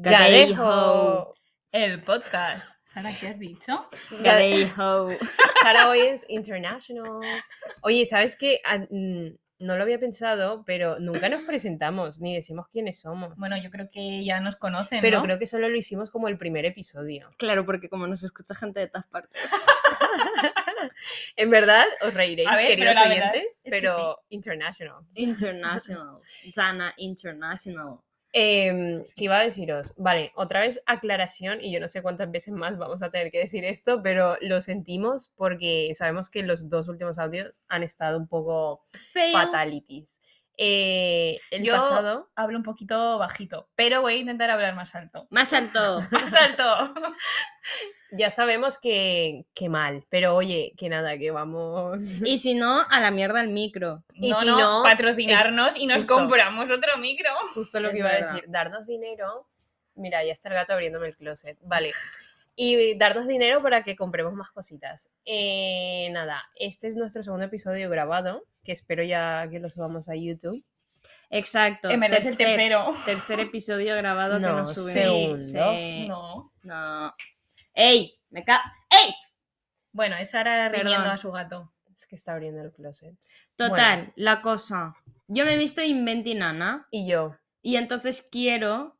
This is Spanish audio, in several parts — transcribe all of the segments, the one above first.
Garejo, el podcast. Sara, ¿qué has dicho? Garejo. Sara hoy es international. Oye, ¿sabes qué? Ah, mm, No lo había pensado, pero nunca nos presentamos ni decimos quiénes somos. Bueno, yo creo que ya nos conocen, Pero ¿no? creo que solo lo hicimos como el primer episodio. Claro, porque como nos escucha gente de todas partes. En verdad, os reiréis, A ver, pero queridos la verdad oyentes, es que pero international. International. Dana International. Em, ¿Qué iba a deciros? Vale, otra vez aclaración, y yo no sé cuántas veces más vamos a tener que decir esto, pero lo sentimos porque sabemos que los dos últimos audios han estado un poco Fail. fatalities. Eh, el Yo- pasado, Hablo un poquito bajito, pero voy a intentar hablar más alto. Más alto. ¡Más alto! ya sabemos que, que mal, pero oye, que nada, que vamos. Y si no, a la mierda el micro. Y no, si no, no, patrocinarnos y nos justo. compramos otro micro. Justo lo que Es iba a verdad. decir, darnos dinero. Mira, ya está el gato abriéndome el closet. Vale. Y darnos dinero para que compremos más cositas. Eh, nada, este es nuestro segundo episodio grabado, que espero ya que lo subamos a YouTube. Exacto. En verdad es el tercero. Tercer episodio grabado No, que nos suben. segundo. Eh, Sí. No. No. ¡Ey! ¡Me ca... ¡Ey! Bueno, es Sara Perdón. riñendo a su gato. Es que está abriendo el closet. Total, la cosa. Yo me he visto inventinana Y yo, y entonces quiero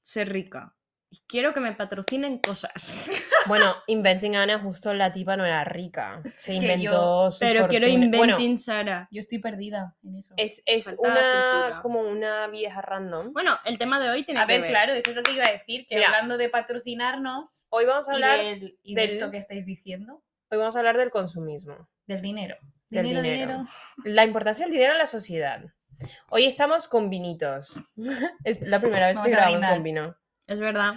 ser rica. Y quiero que me patrocinen cosas. bueno, Inventing Anna, justo la tipa no era rica. Se Es que yo- inventó su Pero quiero fortuna. inventing Bueno, Sara. Yo estoy perdida en eso. es, es Faltaba una, cultura. como una vieja random. Bueno, el tema de hoy tiene A que ver. ver, claro, eso es lo que iba a decir, que Mira. hablando de patrocinarnos Hoy vamos a y, hablar, del- y de del- esto que estáis diciendo, hoy vamos a hablar del consumismo. del dinero. Del dinero. La importancia del dinero en la sociedad. Hoy estamos con vinitos. Es la primera vez que Vamos a grabamos brindar. con vino. Es verdad.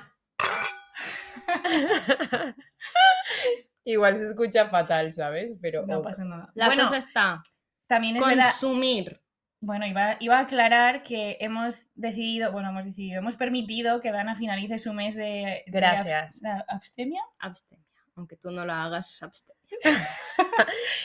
Igual se escucha fatal, ¿sabes? Pero No ok. pasa nada. La bueno, cosa está. también es verdad. Consumir. Bueno, iba, iba a aclarar que hemos decidido, bueno, hemos decidido, hemos permitido que Dana finalice su mes de, de Gracias. abs- de abstemia. Abstemia. Aunque tú no la hagas, es abstemia.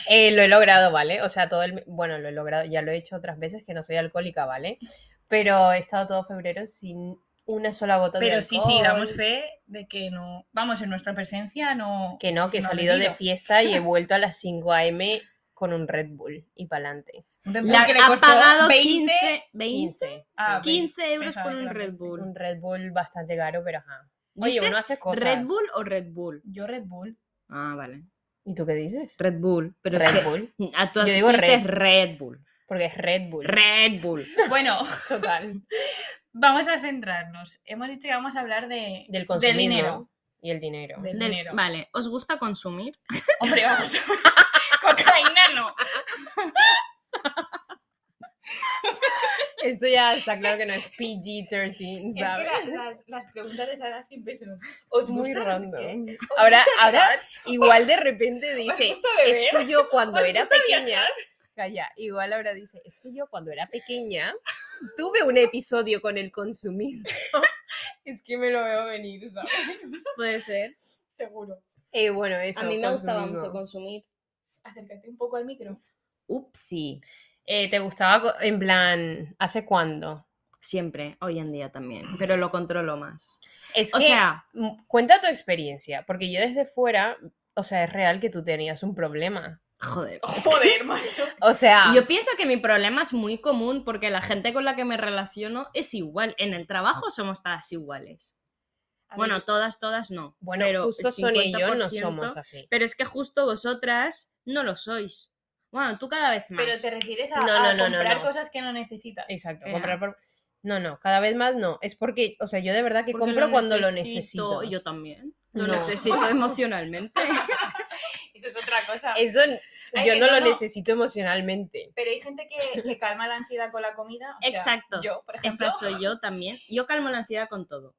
Eh, lo he logrado, ¿vale? O sea, todo el... Bueno, lo he logrado, ya lo he hecho otras veces, que no soy alcohólica, ¿vale? Pero he estado todo febrero sin una sola gota de Pero alcohol. sí, sí, damos fe de que no, vamos, en nuestra presencia no... Que no, que he No, salido de mentira. fiesta y he vuelto a las 5 a.m. con un Red Bull y pa'lante. Entonces, La, que le ha costó pagado 20, 15, 20, 15. Ah, 15 euros pensaba por que un era Red 20. Bull. Un Red Bull bastante caro, pero ajá. Oye, ¿Dices uno hace cosas. ¿Red Bull o Red Bull? Yo Red Bull. Ah, vale. ¿Y tú qué dices? Red Bull. Pero es Red que- Bull. A tu Yo digo dices Red. Red Bull. Porque es Red Bull. Red Bull. Bueno, Total. vamos a centrarnos. Hemos dicho que vamos a hablar de, Del consumismo. dinero. Y el dinero. Del Del- dinero. Vale, ¿os gusta consumir? Hombre, vamos. Cocaína no. Esto ya está claro que no es PG-13, ¿sabes? Es que la- las, las preguntas de Sara siempre son. ¿Os Muy gusta no sé qué? random. Ahora, ahora, llorar? igual de repente dice, gusta es que yo cuando ¿Os era gusta pequeña, viajar? calla, igual ahora dice, es que yo cuando era pequeña tuve un episodio con el consumismo. es que me lo veo venir, ¿sabes? Puede ser. Seguro. Eh, bueno, eso. A mí me gustaba consumismo. mucho consumir. Acércate un poco al micro. Upsi. Eh, ¿Te gustaba co- en plan, hace cuándo? Siempre, hoy en día también. Pero lo controlo más. Es O que- sea, Mm, Cuenta tu experiencia, porque yo desde fuera, o sea, es real que tú tenías un problema. joder. Joder, macho. O sea, Y Yo pienso que mi problema es muy común porque la gente con la que me relaciono es igual. En el trabajo Ah. somos todas iguales. Bueno, todas, todas no. bueno, pero el justo Sonia y yo no 50% somos así. Pero es que justo vosotras no lo sois. Bueno, tú cada vez más. pero te refieres a, No, a no, no, no, comprar no. Eh. cosas que no necesitas. Exacto, Ea. comprar por- No, no, cada vez más no. Es porque, o sea, yo de verdad que Porque compro cuando lo necesito. y Yo también. Lo No. necesito emocionalmente. Eso es otra cosa. Eso n- Hay yo que no no, lo no. necesito emocionalmente. Pero hay gente que, que calma la ansiedad con la comida. o sea, Exacto. Yo, por ejemplo, Esa soy yo también. Yo calmo la ansiedad con todo.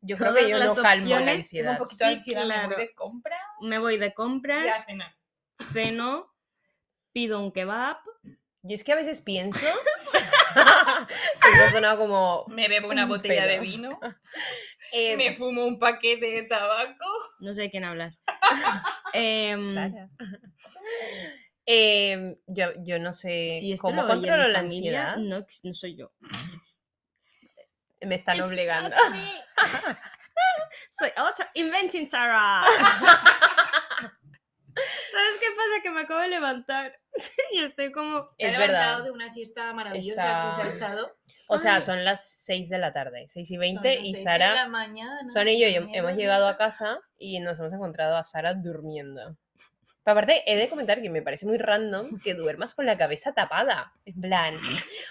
Yo creo Todas que yo las no calmo la opciones, tengo un ansiedad. poquito de Sí, ansiedad. me voy claro. de compra Me voy de y a compras, cenar. ceno, pido un kebab. Yo es que a veces pienso. Esto ha sonado como. Me bebo una Un botella de pedo. vino. eh, Me fumo un paquete de tabaco. No sé de quién hablas. Em, Sara. Eh, yo, yo no sé si esto cómo lo oye mi controlo la familia, ansiedad. No, ex- no soy yo. Me están It's obligando. not me. Soy otra. Inventing Sarah. ¿Sabes qué pasa? Que me acabo de levantar y estoy como. Se Es ha verdad. levantado de una siesta maravillosa Está- que se ha echado. O sea, Ay. son las 6 de la tarde, 6 y Son las 20, y seis de Sara, la mañana, Son y yo y hem- mierda, hemos llegado a mierda. casa y nos hemos encontrado a Sara durmiendo. Pero aparte, he de comentar que me parece muy random que duermas con la cabeza tapada. En plan,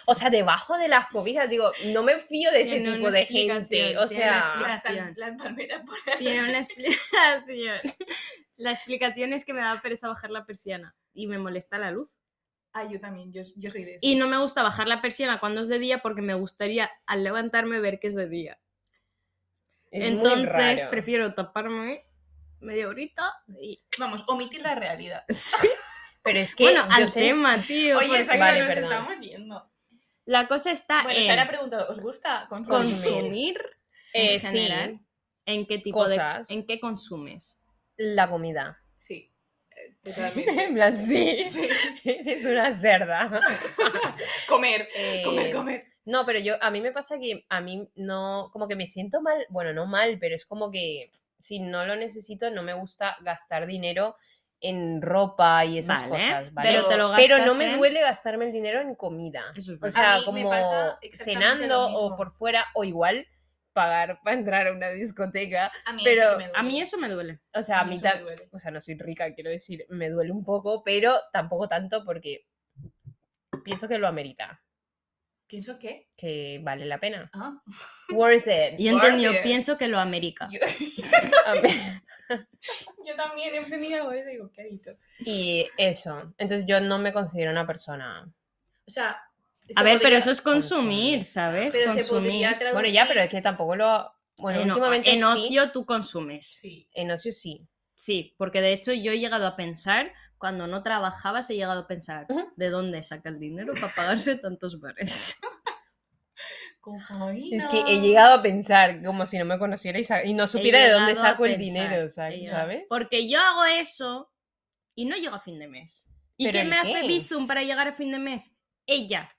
o sea, debajo de las cobijas, digo, no me fío de ese Tiene una tipo de explicación, gente. O tiene una sea, explicación. Hasta la palmera por la Tiene una explicación. La explicación es que me da pereza bajar la persiana y me molesta la luz. Ah, yo también, yo, yo soy de eso. Y no me gusta bajar la persiana cuando es de día porque me gustaría al levantarme ver que es de día. es muy Entonces raro. prefiero taparme media horita y... Vamos, omitir la realidad. Pero es que Bueno, yo al sé- tema, tío. Oye, porque- Sara, vale, nos perdón. estamos yendo. La cosa está Ah, Bueno, en Sara ha preguntado, ¿os gusta consumir? consumir eh, en sí, general. ¿En qué tipo Cosas. de... ¿En qué consumes? la comida. Sí. eh, En Totalmente. plan, sí, Sí. eres una cerda. Comer, Eh, comer, comer. No, pero yo, a mí me pasa que a mí no, como que me siento mal, bueno, no mal, pero es como que si no lo necesito, no me gusta gastar dinero en ropa y esas Vale, cosas, ¿vale? Pero te lo gastas Pero no me en- duele gastarme el dinero en comida. Eso es O verdad. sea, mí me como pasa exactamente lo cenando o mismo. por fuera, o igual pagar para entrar a una discoteca. A mí pero- eso que me A mí duele. eso me duele. O sea, a mí mí eso me ta- duele. o sea, no soy rica, quiero decir, me duele un poco, pero tampoco tanto porque pienso que lo amerita, ¿Pienso qué? que vale la pena. Ah, Worth it. Y entendido, Guardia. pienso que lo america. yo, A ver. yo también entendí algo de eso y digo, ¿qué ha dicho? Y eso. Entonces yo no me considero una persona. O sea... A se ver, pero podría- eso es consumir, consumir, ¿sabes? Pero se consumir. podría traducir... Bueno, ya, pero es que tampoco lo. Bueno, en, o- últimamente. en sí. ocio tú consumes. Sí. En ocio sí. Sí, porque de hecho yo he llegado a pensar, cuando no trabajabas he llegado a pensar, Ujú. ¿de dónde saca el dinero para pagarse tantos bares? Cocaína. Es que he llegado a pensar como si no me conociera y, sa- y no He supiera de dónde llegado a saco el pensar, dinero, he ¿sabes? llegado- ¿Sabes? Porque yo hago eso y no llego a fin de mes. ¿Y ¿Pero qué el me hace qué? Bizum para llegar a fin de mes? Ella.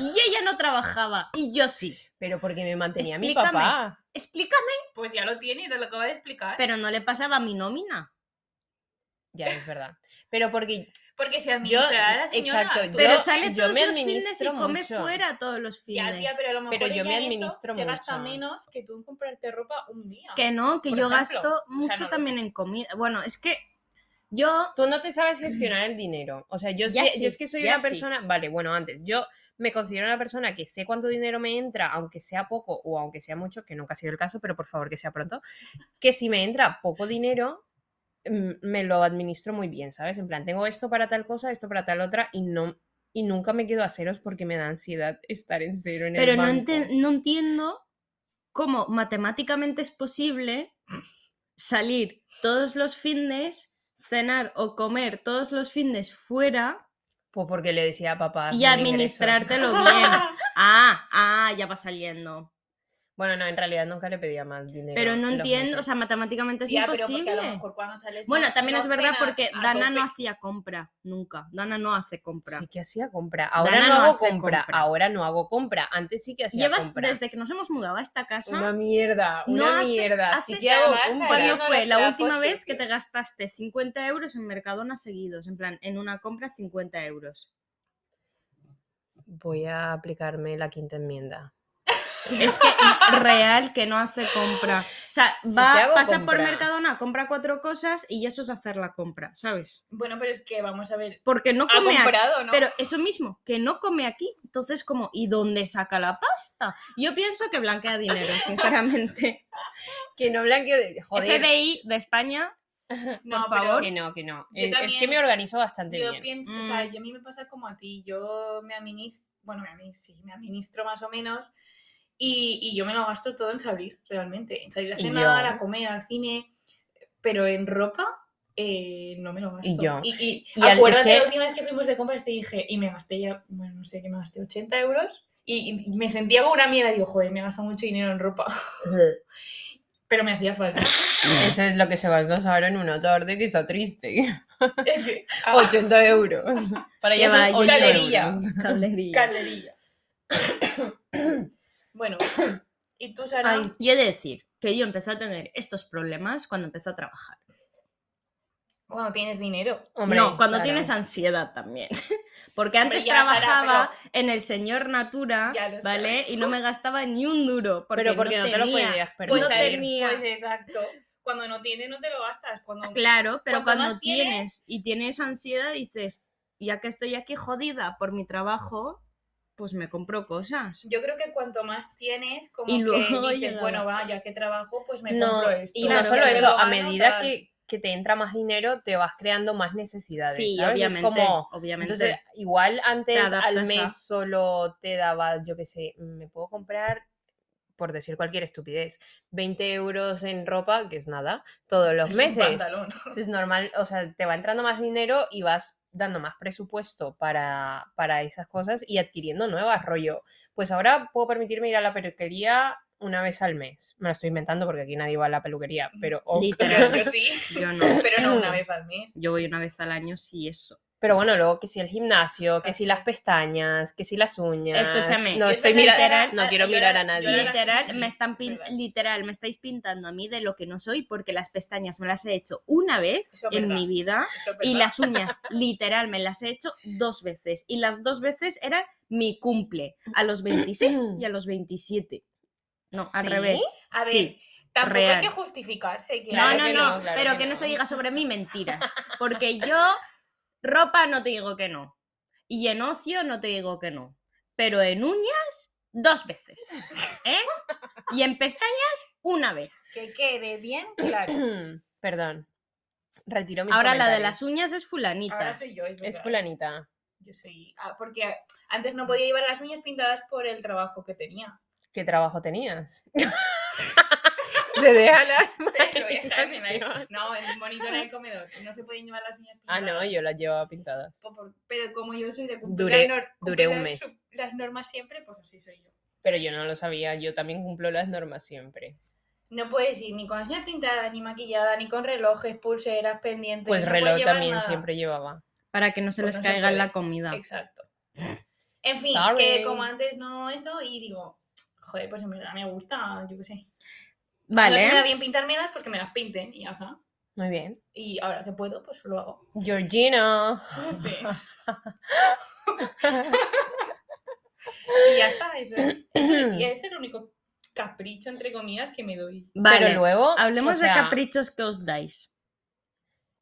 Y ella no trabajaba y yo sí. Pero porque me mantenía mi Explícame. papá. Explícame, Pues ya lo tiene, te lo acabo de explicar. pero no le pasaba mi nómina. Ya, es verdad. Pero porque Porque si yo. administrará la señora... Exacto. tú- Pero yo- sale yo todos me los fines y administro come mucho. fuera todos los fines. Ya, tía, pero a lo mejor Pero yo ella me en eso administro se gasta mucho. menos que tú en comprarte ropa un día. Que no, que Por yo ejemplo, o gasto sea, mucho no lo también en comida. Bueno, es que yo Tú no te sabes gestionar el dinero. O sea, yo, Ya sé- sí, yo es que soy ya una sí. persona. Vale, bueno, antes, yo me considero una persona que sé cuánto dinero me entra, aunque sea poco o aunque sea mucho, que nunca ha sido el caso, pero por favor que sea pronto. Que si me entra poco dinero, mm, me lo administro muy bien, ¿sabes? En plan, tengo esto para tal cosa, esto para tal otra, y no. Y nunca me quedo a ceros porque me da ansiedad estar en cero en Pero el no, banco. enten- no entiendo cómo matemáticamente es posible salir todos los fines, cenar o comer todos los fines fuera Pues porque le decía a papá. y "Hazme un ingreso". administrártelo bien. Ah, ah, ya va saliendo. Bueno, no, en realidad nunca le pedía más dinero. Pero no los entiendo, o meses. sea, matemáticamente es Tía, pero porque a lo imposible. mejor cuando sales Bueno, no- también no es verdad cenas porque a Dana no tope. hacía compra, nunca. Dana no hace compra. Sí que hacía compra. Ahora Dana no, no hago hace compra. compra. Ahora no hago compra. Antes sí que hacía Llevas compra. desde que nos hemos mudado a esta casa. Una mierda, No una hace- mierda. hace- sí que Ya hago vas compra. ¿Cuándo Sacando fue los la trapos última vez que sucios. te gastaste 50 euros en Mercadona seguidos? En plan, en una compra 50 euros. Voy a aplicarme la quinta enmienda. Es que real que no hace compra. O sea, Sí que va, hago pasa por compra. Mercadona, compra cuatro cosas y eso es hacer la compra, ¿sabes? Bueno, pero es que vamos a ver. Porque no Ha come aquí. comprado, ¿no? Pero eso mismo, que no come aquí. Entonces, como, ¿y dónde saca la pasta? Yo pienso que blanquea dinero, sinceramente. Que no blanqueo de. Joder. FBI de España, No, por pero favor. Que no, que no. Yo Es- es que también- me organizo bastante Yo bien. pienso, o sea, Mm. yo a mí me pasa como a ti. Yo me administro, bueno, me administro, sí, me administro más o menos. Y, y yo me lo gasto todo en salir, realmente. En salir a Y cenar, yo. a comer, al cine. Pero en ropa eh, no me lo gasto. Y yo. Y, y, Y al- es acuérdate que- la última vez que fuimos de compras te dije, y me gasté ya, bueno, no sé qué, me gasté 80 euros. Y, y me sentía como una mierda. Digo, joder, me he gastado mucho dinero en ropa. Pero me hacía falta. Eso es lo que se gastó ahora en una tarde que está triste. Es que- ah, 80 euros. Para Que ella vaya, son 8 calderilla. euros. caldería. Calderilla. bueno, Y tú, Sara, Ay. Y he de decir que yo empecé a tener estos problemas cuando empecé a trabajar. cuando tienes dinero. Hombre, no, cuando claro. tienes ansiedad también. Porque antes ya, Sara, trabajaba en el señor Natura, Ya lo sé. ¿vale? Y no me gastaba ni un duro. Porque Pero porque no, te lo tenía. podías permitir. Pues, no ahí- tenía. pues exacto. Cuando no tienes, no te lo gastas. Cuando... Claro, pero Cuanto cuando más tienes- tienes y tienes ansiedad, dices, ya que estoy aquí jodida por mi trabajo, pues me compro cosas. Yo creo que cuanto más tienes, como Y luego que dices, llegaba. bueno, va, ya que trabajo, pues me No, compro esto. y Claro, no solo me eso, lo a gano, medida tal. que, que te entra más dinero, te vas creando más necesidades. Sí, ¿sabes? obviamente. Es como. obviamente. Entonces, igual antes al adaptas mes a- solo te daba, yo qué sé, me puedo comprar, por decir cualquier estupidez, 20 euros en ropa, que es nada, todos los Es un meses. pantalón. Es normal, o sea, te va entrando más dinero y vas dando más presupuesto para, para esas cosas y adquiriendo nuevas, rollo. Pues ahora puedo permitirme ir a la peluquería una vez al mes. Me lo estoy inventando porque aquí nadie va a la peluquería, pero... ok. Literal. Yo, yo sí, Yo no. pero no una vez al mes. Yo voy una vez al año si eso. Pero bueno, luego que si el gimnasio, que si las pestañas, que si las uñas... Escúchame, no, Yo estoy también mira- era- no quiero yo era- mirar a yo nadie. era- Literal, sí, me están es pin- verdad. literal, me estáis pintando a mí de lo que no soy porque las pestañas me las he hecho una vez Eso es en verdad. mi vida Eso es y verdad. las uñas literal me las he hecho dos veces y las dos veces era mi cumple, a los 26 y a los 27. No, al ¿Sí? revés. A ver, sí. tampoco real. hay que justificarse. Claro no, no, que no, no, claro pero que que, no. no. se diga sobre mí mentiras, porque yo ropa no te digo que no y en ocio no te digo que no, pero en uñas dos veces, ¿eh? Y en pestañas una vez. Que quede bien claro. Perdón. Retiro mis Ahora la de comentarios. las uñas es fulanita. Ahora soy yo, es verdad. Es fulanita. Yo soy... ah, porque antes no podía llevar las uñas pintadas por el trabajo que tenía. ¿Qué trabajo tenías? Se deja la Sí, lo voy a dejar en imaginación. ahí. No, el monitor del comedor. No se podían llevar las uñas Ah, pintadas. no, yo las llevaba pintadas. Po- por- Pero como yo soy de cumplir, Duré- las, nor- duré cumplir un las- mes. las normas siempre, pues así soy yo. Pero yo no lo sabía, yo también cumplo las normas siempre. No puedes ir ni con las uñas pintadas, ni maquillada, ni con relojes, pulseras, pendientes. Pues no puedes reloj llevar también nada. siempre llevaba. Para que no se les Pues no se caiga en puede. la comida. Exacto. En fin, Sorry. que como antes no eso, y digo, joder, pues en verdad me gusta, yo qué sé. No se me da Vale. bien pintármelas, pues que me las pinten y ya está. Muy bien. Y ahora que puedo, pues lo hago. Georgina. Sí. y ya está, eso es. Eso- y es el único capricho, entre comillas, que me doy. Pero Vale. luego. Hablemos o sea, de caprichos que os dais.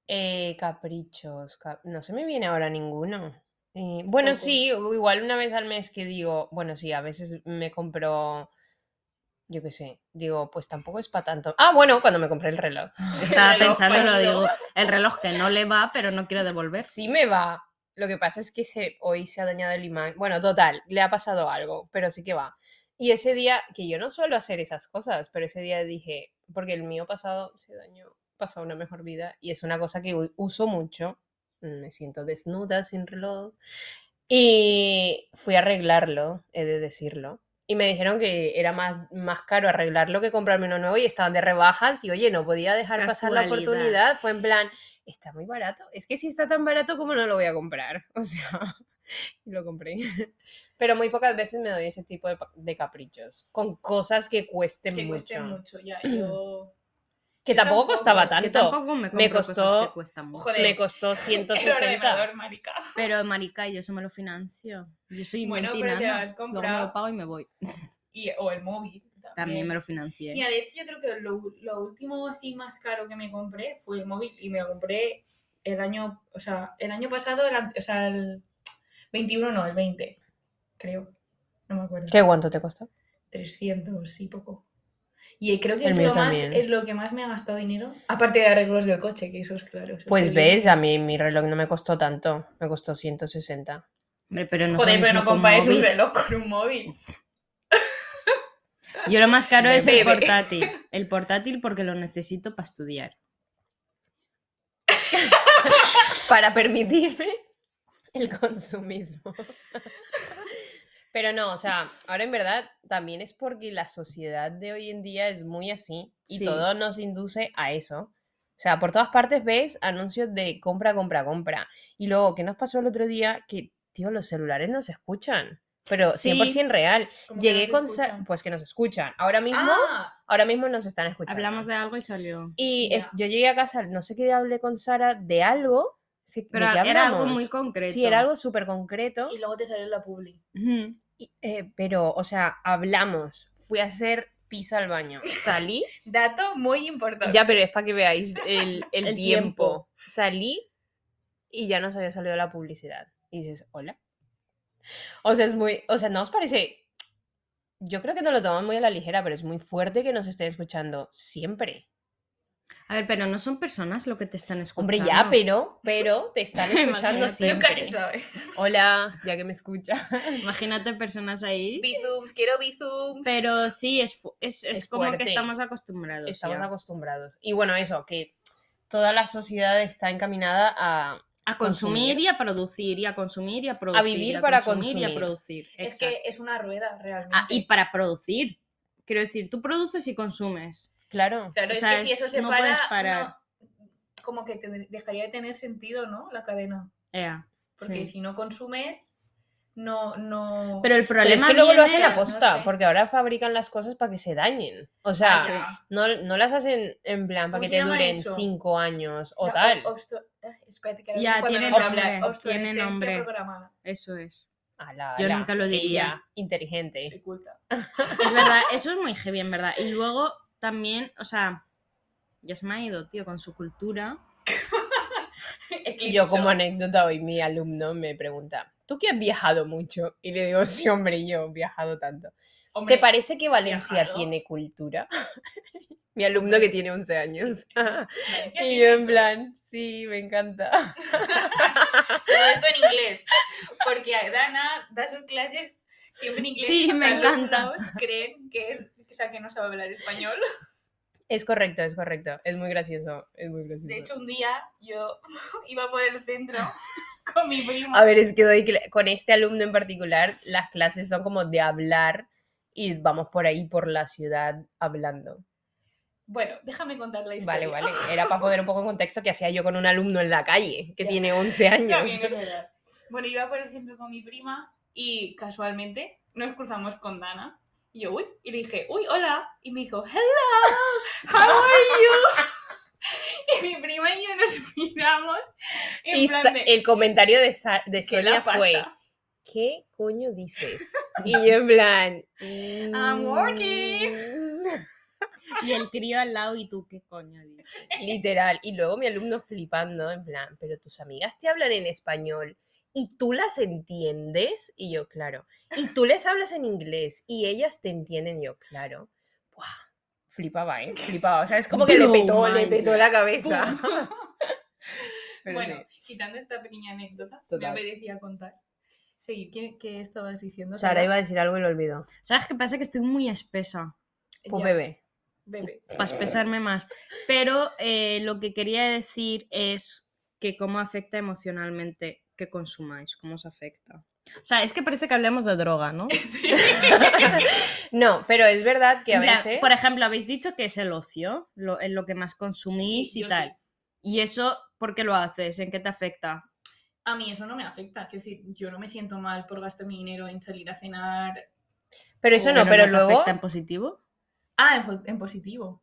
eh, caprichos. cap- No se me viene ahora ninguno. Eh, bueno, Pocos. sí, o igual una vez al mes que digo, bueno, sí, a veces me compro. Yo qué sé, digo, pues tampoco es para tanto. Ah, bueno, cuando me compré el reloj. Estaba reloj pensando, lo fallido. digo, el reloj que no le va, pero no quiero devolver. Sí me va. Lo que pasa es que se, hoy se ha dañado el imán. Bueno, total, le ha pasado algo, pero sí que va. Y ese día, que yo no suelo hacer esas cosas, pero ese día dije, porque el mío pasado se dañó, pasó a una mejor vida, y es una cosa que u- uso mucho. Me siento desnuda, sin reloj. Y fui a arreglarlo, he de decirlo. Y me dijeron que era más, más caro arreglarlo que comprarme uno nuevo y estaban de rebajas y oye, no podía dejar pasar la Casualidad. oportunidad. Fue en plan, está muy barato. Es que si está tan barato, ¿cómo no lo voy a comprar? O sea, y lo compré. Pero muy pocas veces me doy ese tipo de, pa- de caprichos. Con cosas que cuesten Que mucho. cueste mucho, ya. Yo. Que Yo tampoco, tampoco, costaba Es que tanto. tampoco Me me, compro cosas costó- que cuestan mucho. Joder, Me costó El 160. ordenador, marica. Pero, marica, yo eso me lo financio. Yo soy Bueno, pero te mentirana. lo has Luego me comprado. lo pago y me voy. Y, o el móvil. También, También me lo financié. Mira, de hecho, yo creo que lo, lo último así más caro que me compré fue el móvil y me lo compré el año, o sea, el año pasado, el, ante- o sea, el 21 no, el 20, creo. No me acuerdo. ¿Qué cuánto te costó? 300 y poco. Y creo que El es mío lo, más, también. es lo que más me ha gastado dinero. Aparte de arreglos del coche, que eso es claro. eso es Pues terrible. ves, a mí mi reloj no me costó tanto. Me costó 160. Hombre, pero no es lo Joder, pero mismo no que un compares un móvil. reloj con un móvil. Yo lo más caro es el Bebé. portátil. El portátil porque lo necesito para estudiar. para permitirme el consumismo. Pero no, o sea, ahora en verdad también es porque la sociedad de hoy en día es muy así y Sí. todo nos induce a eso. O sea, por todas partes ves anuncios de compra, compra, compra. Y luego, ¿qué nos pasó el otro día? Que, tío, los celulares no se escuchan. Pero Sí. 100% real. Como que Llegué nos con... sa- escuchan. Pues que nos escuchan. Ahora mismo, Ah, ahora mismo nos están escuchando. Hablamos de algo y salió. Y es- yo Ya. llegué a casa, no sé qué hablé con Sara de algo. sí, ¿de Pero qué era algo hablamos? muy concreto. Sí, era algo súper concreto. y luego te salió la publi. Ujú. Y- eh, pero, o sea, hablamos. Fui a hacer pis al baño. Salí. Dato muy importante. ya, pero es para que veáis el, el El tiempo. tiempo. Salí y ya nos había salido la publicidad. Y dices, hola. O sea, es muy. O sea, ¿no os parece? Yo creo que no lo toman muy a la ligera, pero es muy fuerte que nos estén escuchando siempre. A ver, pero no son personas lo que te están escuchando. Hombre, ya, pero, pero te están escuchando Imagínate. siempre. Nunca se sabe. Hola, ya que me escucha. Imagínate personas ahí. Bizooms, quiero bizooms. Pero sí, es, fu- es, es Es como fuerte. que estamos acostumbrados. Estamos ya. acostumbrados. Y bueno, eso, que toda la sociedad está encaminada a. a consumir consumir. y a producir y a consumir y a producir. y vivir para y a consumir. producir. es Exacto. que es una rueda realmente. Ah, y para producir. Quiero decir, tú produces y consumes. Claro. Claro, o es sea, que si es- eso se no para, puedes parar. no- como que te dejaría de tener sentido, ¿no? La cadena. Ea, Porque sí. si no consumes, no, no. Pero el Pero problema es que luego lo viene- hacen a no posta, sé. porque ahora fabrican las cosas para que se dañen. O sea, Ah, ya. no, no las hacen en plan para ¿Cómo que se te llama duren eso? cinco años o La tal. ob- obsto- ah, espérate, que ahora Ya, cuando tiene nos nombre, habla, obsolescencia tiene nombre. programada. Eso es. Ala, Yo ala, nunca lo ella, diría. inteligente. Soy culta. Es verdad, eso es muy heavy, en verdad. Y luego también, o sea, ya se me ha ido, tío, con su cultura. Y yo Eclipso. como anécdota hoy mi alumno me pregunta, ¿tú que has viajado mucho? Y le digo, sí, hombre, yo he viajado tanto. Hombre, ¿Te parece que Valencia viajado. tiene cultura? Mi alumno que tiene 11 años. Valencia y tiene yo en todo. plan, sí, me encanta. Todo esto en inglés. Porque Dana da sus clases siempre en inglés. Sí, sus me encanta. alumnos creen que, es, o sea, que no sabe hablar español. Es correcto, es correcto. Es muy gracioso, es muy gracioso. De hecho, un día yo iba por el centro con mi prima. A ver, es que doy cla- con este alumno en particular, las clases son como de hablar y vamos por ahí por la ciudad hablando. Bueno, déjame contar la Vale, historia. vale. Era para poner un poco en contexto que hacía yo con un alumno en la calle que Ya. tiene 11 años. También es verdad. Bueno, iba por el centro con mi prima y casualmente nos cruzamos con Dana. Y yo, uy, y le dije, uy, hola. Y me dijo, hello, how are you? Y mi prima y yo nos miramos en Y plan sa- de, el comentario de, Sa- de ¿qué le Sonia fue, pasa? ¿qué coño dices? Y yo en plan... Ah, I'm working. "Mm". Y el crío al lado y tú, ¿qué coño? dices? Literal. Y luego mi alumno flipando, en plan, pero tus amigas te hablan en español y tú las entiendes. Y yo, claro. Y tú les hablas en inglés y ellas te entienden. Y yo, claro. Buah, flipaba, ¿eh? Flipaba. O sea, es como que le Blow petó, le mind. petó la cabeza. Pero bueno, sí. quitando esta pequeña anécdota, Total. me merecía contar. Seguir, ¿qué, qué estabas diciendo? Sara iba a decir algo y lo olvidó. ¿Sabes qué pasa? Que estoy muy espesa, Pues Ya, bebé. bebé. para espesarme más. Pero eh, lo que quería decir es que cómo afecta emocionalmente que consumáis, cómo os afecta. O sea, es que parece que hablemos de droga, ¿no? Sí. No, pero es verdad que a En plan, veces... Por ejemplo, habéis dicho que es el ocio, lo, en lo que más consumís Sí, y yo tal. sí. ¿Y eso por qué lo haces? ¿En qué te afecta? A mí eso no me afecta, quiero decir, yo no me siento mal por gastar mi dinero en salir a cenar. Pero eso no, ¿Pero pero te luego... afecta en positivo? Ah, en, fo- en positivo.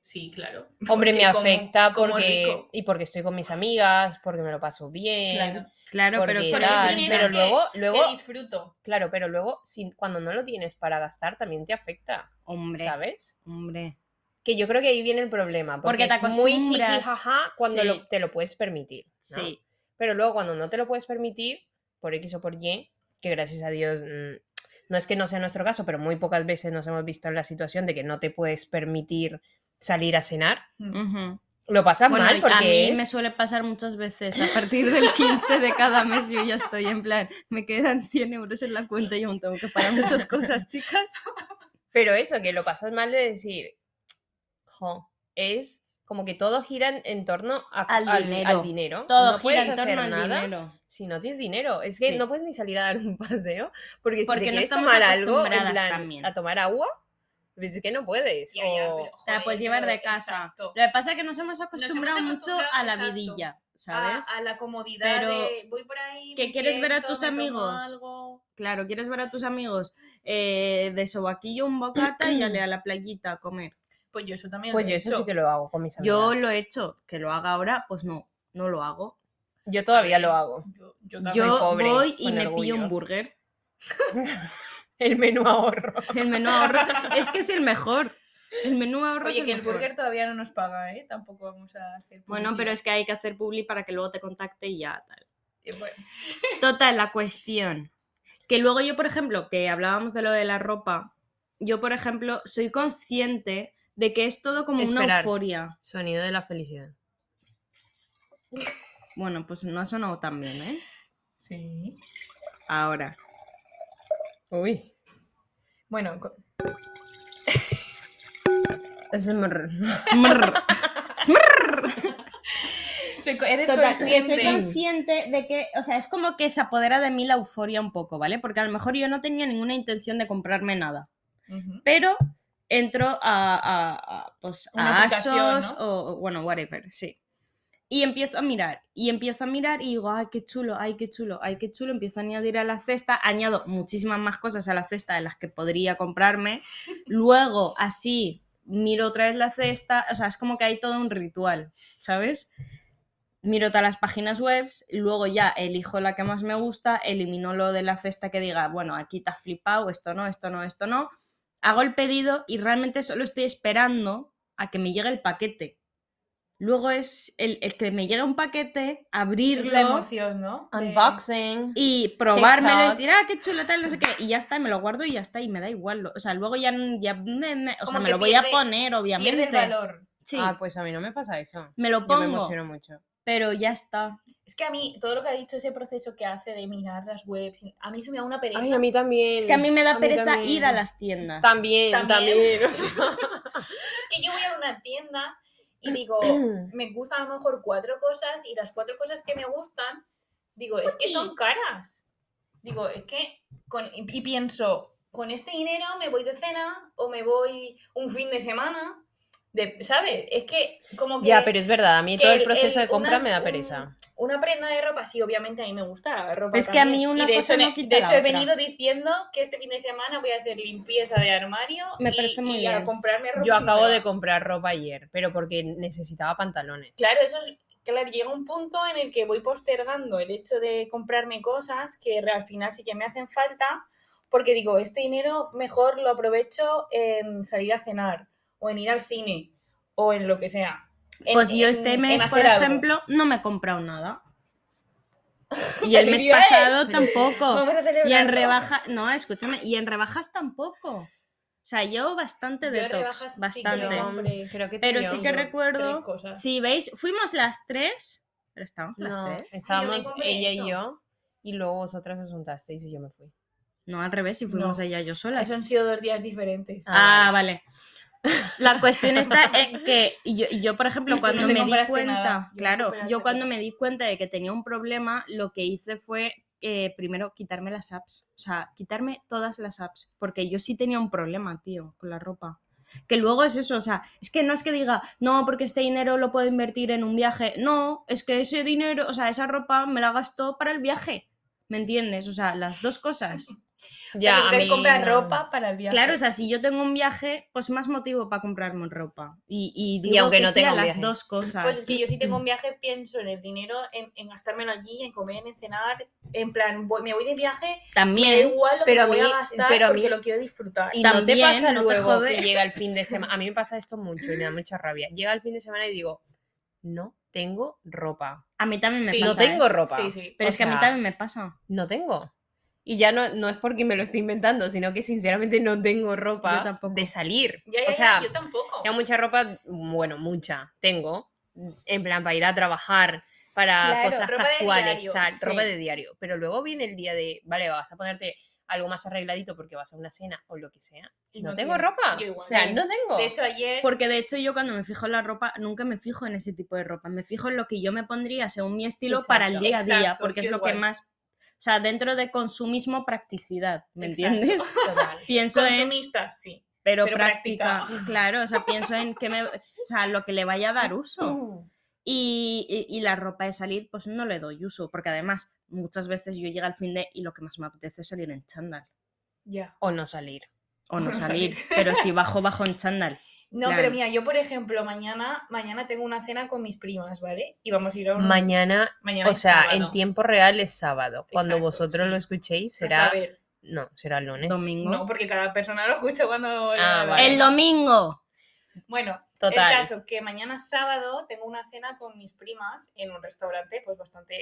Sí, claro. Hombre, me Porque como- afecta como porque... rico. Y porque estoy con mis amigas, porque me lo paso eh, bien. Claro. Claro, porque pero con eso tal, genera pero que- luego, Luego, luego, disfruto. claro, pero luego, si, cuando no lo tienes para gastar, también te afecta, Hombre, ¿sabes? hombre. Que yo creo que ahí viene el problema, porque, Porque te es muy acostumbras, jijijaja cuando lo- sí. te lo puedes permitir, ¿no? Sí. Pero luego cuando no te lo puedes permitir, por X o por Y, que gracias a Dios, mm, no es que no sea nuestro caso, pero muy pocas veces nos hemos visto en la situación de que no te puedes permitir salir a cenar, Mm. Ujú. lo pasas Bueno, mal porque a mí es- me suele pasar muchas veces. A partir del 15 de cada mes yo ya estoy en plan, me quedan 100 euros en la cuenta y aún tengo que pagar muchas cosas, chicas. Pero eso, que lo pasas mal de decir, jo, es como que todo gira en, en torno a- Al dinero. dinero. Todo no gira puedes en torno hacer al nada dinero. si no tienes dinero. Es que Sí. no puedes ni salir a dar un paseo porque si Porque te no quieres estamos tomar algo, en acostumbradas plan, también. a tomar agua, pues es que no puedes. Ya, ya, o- pero, Te la joder, puedes llevar de claro, casa. exacto. Lo que pasa es que nos hemos acostumbrado, mucho a acostumbrado, la exacto. vidilla, A, ¿sabes? a la comodidad Pero de voy por ahí. que me quieres ver a siento, tus me tomo amigos. algo. Claro, quieres ver a tus amigos eh, de sobaquillo un bocata y ale a la playita a comer. Pues yo eso también Pues lo yo he eso hecho. sí que lo hago con mis amigas. Yo lo he hecho, que lo haga ahora, pues no, no lo hago. Yo todavía lo hago. Yo, yo también. soy Yo pobre, voy y con me pillo orgullo. un burger. El menú ahorro. El menú ahorro es que es el mejor. El menú ahorro es Oye, el que el mejor. burger todavía no nos paga, ¿eh? Tampoco vamos a hacer. Bueno, pero es que hay que hacer publi para que luego te contacte y ya tal. que. Total, la cuestión. Que luego yo, por ejemplo, que hablábamos de lo de la ropa, yo, por ejemplo, soy consciente de que es todo como una Esperar. euforia. Sonido de la felicidad. Bueno, pues no ha sonado tan bien, ¿eh? Sí. Ahora. Uy. Bueno, co- Smrr. Smrr. soy co- eres Total, que soy consciente. consciente de que, o sea, es como que se apodera de mí la euforia un poco, ¿vale? Porque a lo mejor yo no tenía ninguna intención de comprarme nada. Ujú. pero entro a, a- a, pues, Una a aplicación, ASOS ¿no? o, o, bueno, whatever, sí. Y empiezo a mirar, y empiezo a mirar y digo, ay, qué chulo, ay, qué chulo, ay, qué chulo. Empiezo a añadir a la cesta, añado muchísimas más cosas a la cesta de las que podría comprarme. Luego, así, miro otra vez la cesta, o sea, es como que hay todo un ritual, ¿sabes? Miro todas las páginas web, luego ya elijo la que más me gusta, elimino lo de la cesta que diga, bueno, aquí te has flipado, esto no, esto no, esto no. Hago el pedido y realmente solo estoy esperando a que me llegue el paquete. Luego es el, el que me llega un paquete, Es la abrirlo emoción, ¿no? De- Unboxing. y probármelo y TikTok. decir, ah, qué chulo, tal, no sé qué, y ya está, y me lo guardo y ya está, y me da igual. lo- O sea, luego ya, ya me, me- o sea, Como me que lo voy pierde- a poner, Pierde el obviamente. valor. Sí, Ah, pues a mí no me pasa eso. me lo Yo me pongo, emociono mucho. pero ya está. Es que a mí, todo lo que ha dicho ese proceso que hace de mirar las webs, a mí eso me da una pereza. Ay, a mí también. Es que a mí me da pereza también. ir a las tiendas. También, También. también. o sea. Es que yo voy a una tienda y digo, me gustan a lo mejor cuatro cosas y las cuatro cosas que me gustan, digo, es que son caras. Digo, es que, con, y, y pienso, con este dinero me voy de cena o me voy un fin de semana, de, ¿sabes? Es que como que ya, pero es verdad. A mí que todo el el- proceso el- de compra una- me da un- pereza. una prenda de ropa, sí, obviamente a mí me gusta la ropa. Es que a mí también. una Y de cosa hecho, no ne- quita De la hecho, he otra. venido diciendo que este fin de semana voy a hacer limpieza de armario Me y, parece muy y a bien. comprarme ropa. Yo acabo nueva. de comprar ropa ayer, pero porque necesitaba pantalones. Claro, eso es. Claro, llega un punto en el que voy postergando el hecho de comprarme cosas que re- al final sí que me hacen falta, porque digo, este dinero mejor lo aprovecho en salir a cenar, o en ir al cine, o en lo que sea. En- Pues yo en- este en mes, hacer por algo. ejemplo, no me he comprado nada. Y el mes Felicidades. pasado tampoco. Vamos a Y en celebrarlo. rebajas, no, escúchame, y en rebajas tampoco. O sea, yo bastante Yo detox, rebajas sí que bastante. no. creo que Pero tío. sí que Yo, recuerdo- tres cosas. Si veis, fuimos las tres. Pero estábamos las No, eh, tres. estábamos compré ella eso. y yo, y luego vosotras os juntasteis y yo me fui. No, al revés, si fuimos No. allá yo sola. Eso han sido dos días diferentes. Ah, vale. La cuestión está en que yo, yo, por ejemplo, Tú cuando no te me di compraste cuenta, nada, yo no claro, compraste yo cuando nada. me di cuenta de que tenía un problema, lo que hice fue eh, primero quitarme las apps, o sea, quitarme todas las apps, porque yo sí tenía un problema, tío, con la ropa. Que luego es eso, o sea, es que no es que diga, no, porque este dinero lo puedo invertir en un viaje, no, es que ese dinero, o sea, esa ropa me la gastó para el viaje, ¿me entiendes? O sea, las dos cosas. O sea, que tú a te mí compras no. ropa para el viaje. Claro, o sea, si yo tengo un viaje, pues más motivo para comprarme ropa. Y, y digo aunque que no sí tenga a un las viaje. dos cosas. Pues es que yo si tengo un viaje pienso en el dinero, en, en gastármelo allí, en comer, en cenar, en plan, voy- me voy de viaje, me da También, igual lo pero que a me voy mí- a gastar pero a mí- porque lo quiero disfrutar. Y no te También, pasa no te luego jode. que llega el fin de semana. A mí me pasa esto mucho y me da mucha rabia. Llega el fin de semana y digo, no tengo ropa. a mí también me Sí, pasa. no tengo ¿eh? ropa. Sí, sí. Pero o es que a mí sea, también me pasa. No tengo. Y ya no, no es porque me lo estoy inventando, sino que sinceramente no tengo Yo ropa tampoco. de salir. Ya, ya, o ya, sea, yo tampoco. Ya mucha ropa, bueno, mucha, tengo. En plan, para ir a trabajar, para Claro, cosas ropa de casuales, diario, tal, sí. ropa de diario. Pero luego viene el día de, vale, vas a ponerte algo más arregladito porque vas a una cena o lo que sea. Y no, no tengo tienes. ropa. Yo igual. O sea, Sí. no tengo. De hecho, ayer... Porque de hecho yo cuando me fijo en la ropa, nunca me fijo en ese tipo de ropa. Me fijo en lo que yo me pondría según mi estilo para el Exacto, día a día, exacto, porque es yo lo que igual. más... O sea, dentro de consumismo, practicidad, ¿me Exacto. entiendes? Total. Pienso en... Consumista, sí. Pero, pero práctica, práctica. Claro, o sea, pienso en que me... O sea, lo que le vaya a dar uso. Y, y- y la ropa de salir, pues no le doy uso, porque además muchas veces yo llego al fin de y lo que más me apetece es salir en chándal Ya. O no salir. o no No salir, salir. pero si bajo, bajo en chándal. No, Claro. pero mira, yo por ejemplo, mañana, mañana tengo una cena con mis primas, ¿vale? Y vamos a ir a un... Mañana, mañana o es sea, sábado. en tiempo real es sábado. Cuando Exacto, vosotros sí. lo escuchéis A será... saber, No, será lunes. Domingo. No, porque cada persona lo escucha cuando... Ah, vale. El domingo. Bueno, Total. el caso que mañana sábado tengo una cena con mis primas en un restaurante pues bastante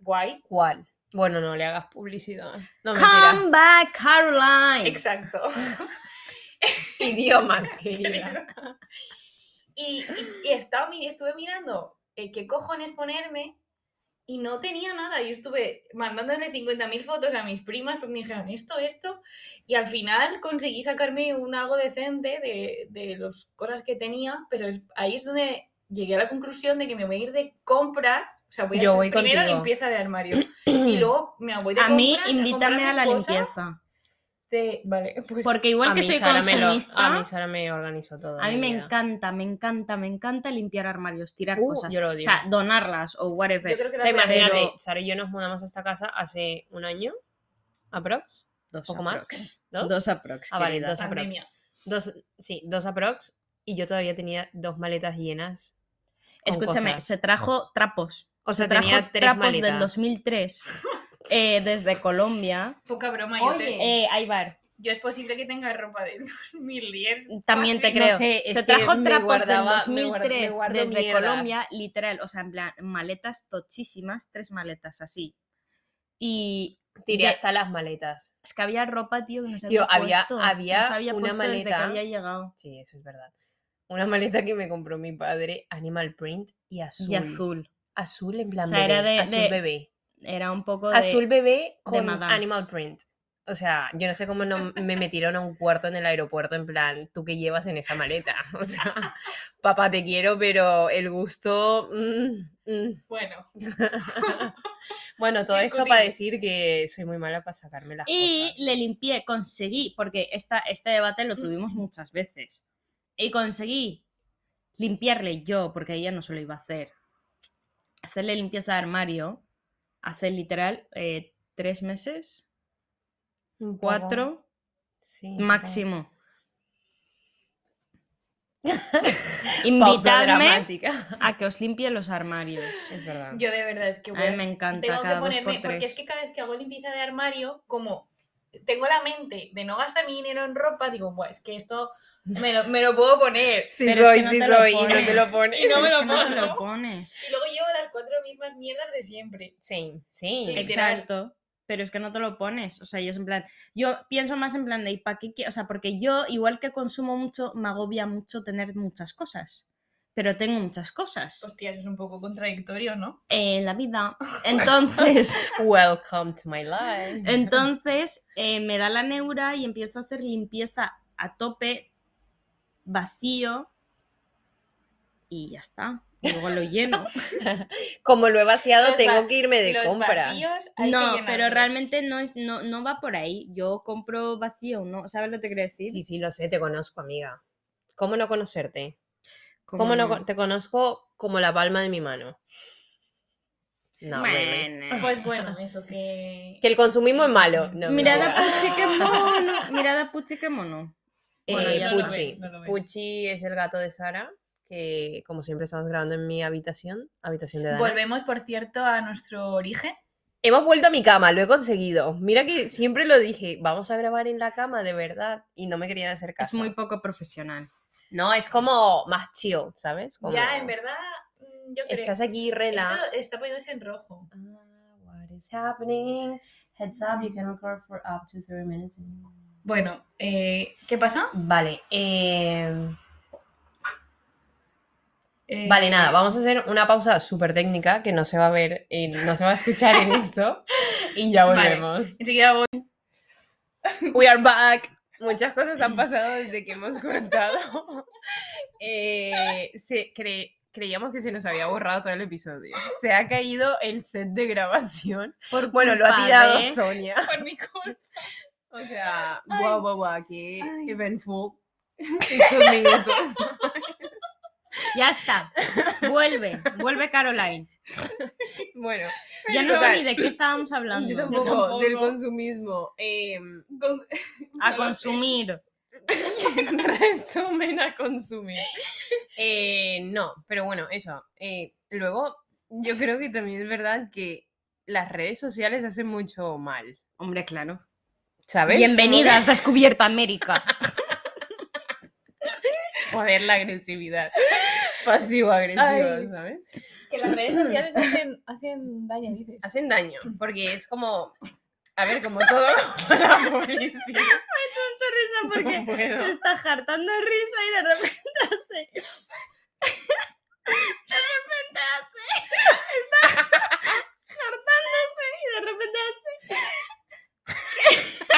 guay. ¿Cuál? Bueno, no le hagas publicidad. No, mentira. Come back, Caroline. Exacto. Idiomas, querida. Y, y- y estaba mi- estuve mirando eh, qué cojones ponerme y no tenía nada. Yo estuve mandándole 50.000 fotos a mis primas porque me dijeron esto, esto. Y al final conseguí sacarme un algo decente de, de las cosas que tenía, pero es- ahí es donde llegué a la conclusión de que me voy a ir de compras. O sea, voy a Yo hacer voy primero contigo. limpieza de armario y luego me voy de A mí, compras invítame a comprarme la cosas limpieza. de- Vale, pues... Porque A igual que mí soy Sara me lo- consumista, a mí Sara me organizó todo. mi me vida. encanta, me encanta, me encanta limpiar armarios, tirar Uh, cosas. yo lo O odio. sea, donarlas o Yo whatever. creo que O la sea, primera- imagínate, pero- Sara y yo nos mudamos a esta casa hace un año, aprox. Dos ¿Poco más? aprox. ¿Dos? Dos aprox. Ah, vale, querida. dos aprox. Pandemia. Dos, sí, dos aprox. Y yo todavía tenía dos maletas llenas. con Escúchame, cosas. se trajo trapos. O sea, se trajo tenía tres trapos maletas. del 2003 eh, desde Colombia. Poca broma, yo te- Oye, Eh, ahí va. Yo es posible que tenga ropa del 2010. También te No creo. sé, es se que trajo me trapos guardaba- me del guardo- me 2003 guardo desde mierdas. Colombia, literal. O sea, en plan, maletas tochísimas, tres maletas así. Y Tiré de- hasta las maletas. es que había ropa, tío, que no se Tío, había había- puesto. había no se había una puesto desde que maleta. había llegado. Sí, eso es verdad. Una maleta que me compró mi padre, Animal Print y azul. Y azul. Azul en plan O sea, bebé. era de- azul de- bebé. Era un poco de... Azul bebé con Madame. Animal Print. O sea, yo no sé cómo no me metieron a un cuarto en el aeropuerto en plan, ¿tú qué llevas en esa maleta? O sea, papá te quiero, pero el gusto... mm, mm. Bueno, Bueno, todo esto para Discutible. decir que soy muy mala para sacarme las Y cosas. le limpié, conseguí, porque esta, este debate lo Mm. tuvimos muchas veces. Y conseguí limpiarle yo, porque ella no se lo iba a hacer. Hacerle limpieza de armario. Hace literal eh, tres meses, Un poco. cuatro, Sí, supongo. máximo. Pausa Invitadme dramática. a que os limpie los armarios. Es verdad. yo de verdad es que A voy mí me encanta tengo que cada dos ponerme, por porque tres. es que cada vez que hago limpieza de armario, como tengo la mente de no gastar mi dinero en ropa, digo, "Buah, es que esto me lo, me lo puedo poner. Sí Pero es soy, que no sí te lo soy, y no te lo pones. pones. Y no Pero me es lo que no te pongo. lo pones. Y luego llevo las cuatro mismas mierdas de siempre. Sí, sí. Ex- Literal. Exacto. Pero es que no te lo pones. O sea, yo es en plan. Yo pienso más en plan de, ¿y para qué? qui-?". O sea, porque yo, igual que consumo mucho, me agobia mucho tener muchas cosas. Pero tengo muchas cosas Hostia, eso es un poco contradictorio, ¿no? en la vida. Entonces, Welcome to my life. entonces eh, me da la neura y empiezo a hacer limpieza a tope, vacío. Y ya está. Y luego lo lleno. Como lo he vaciado, Los tengo va- que irme de Los compras. vacíos hay que No, pero llenarlos. realmente no, es, no, no va por ahí. Yo compro vacío, ¿no? ¿Sabes lo que te quiero decir? Sí, sí, lo sé, te conozco, amiga. ¿Cómo no conocerte? ¿Cómo, Como no con- te conozco como la palma de mi mano? No, really. Bueno. Pues bueno, eso que... Que el consumismo es malo. No, mirada mentira. puchi que mono. Mirada puchi que mono. Bueno, Eh, ya no lo Pucci. ven, no lo ven. Pucci es el gato de Sara, que como siempre estamos grabando en mi habitación, habitación de Dana. Volvemos, por cierto, a nuestro origen. Hemos vuelto a mi cama, lo he conseguido. Mira que siempre lo dije, vamos a grabar en la cama de verdad, y no me querían hacer Es caso. muy poco profesional. No, es como más chill, ¿sabes? Oh, Como- Ya, en verdad, mm, yo creo... Estás aquí, rela. Eso está poniéndose en rojo. Ah, what is happening? Heads up, you can record for up to three minutes. Bueno, eh, ¿qué pasa? Vale, eh, Eh, vale, nada, vamos a hacer una pausa súper técnica que no se va a ver, en- no se va a escuchar en esto y ya Vale. volvemos. Enseguida voy. We are back. Muchas cosas han pasado desde que hemos cortado. Eh, se cre- creíamos que se nos había borrado todo el episodio. Se ha caído el set de grabación. bueno, lo ha culpa tirado de- Sonia. Por mi culpa. O sea, Ay. guau, guau, guau, qué Ay. eventful. Estos minutos. Ya está. Vuelve, vuelve Caroline. Bueno, Ya no Total. sé ni de qué estábamos hablando. yo tampoco, del tampoco. consumismo. em, Con- Ah, A consumir. resumen a consumir. Eh, no, pero bueno, eso. Eh, luego, yo creo que también es verdad que las redes sociales hacen mucho mal. Hombre, claro. ¿Sabes? Como Bienvenida, has descubierto América. que- Joder, la agresividad. Pasivo-agresiva, Ay. ¿sabes? Que las redes sociales hacen, hacen daño, dices. Hacen daño, porque es como. A ver, como todo. la publicidad. risa porque No puedo. se está hartando de risa y de repente hace. De repente hace. Está hartándose y de repente hace.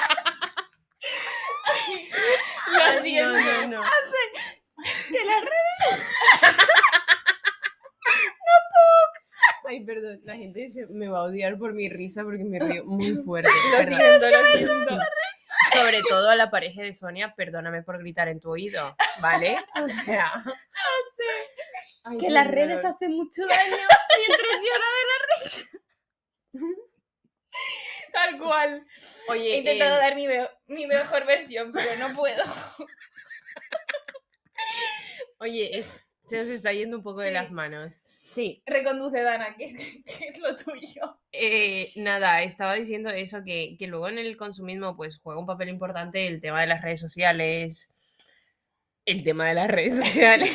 Ay, Lo siento. no, no, no. Que la re- Ay, perdón, la gente se- me va a odiar por mi risa porque me río muy fuerte. Lo perdón. siento, lo siento. Sobre todo a la pareja de Sonia, perdóname por gritar en tu oído, ¿vale? O sea. Ay, que qué las redes dolor. hacen mucho daño mientras llora de la Tal cual. He Oye, intentado eh, dar mi, veo- mi mejor versión, pero no puedo. oye es- se nos está yendo un poco de Sí. las manos. Sí. Reconduce, Dana, que, que es lo tuyo. Eh, nada, estaba diciendo eso, que, que luego en el consumismo pues juega un papel importante el tema de las redes sociales. El tema de las redes sociales.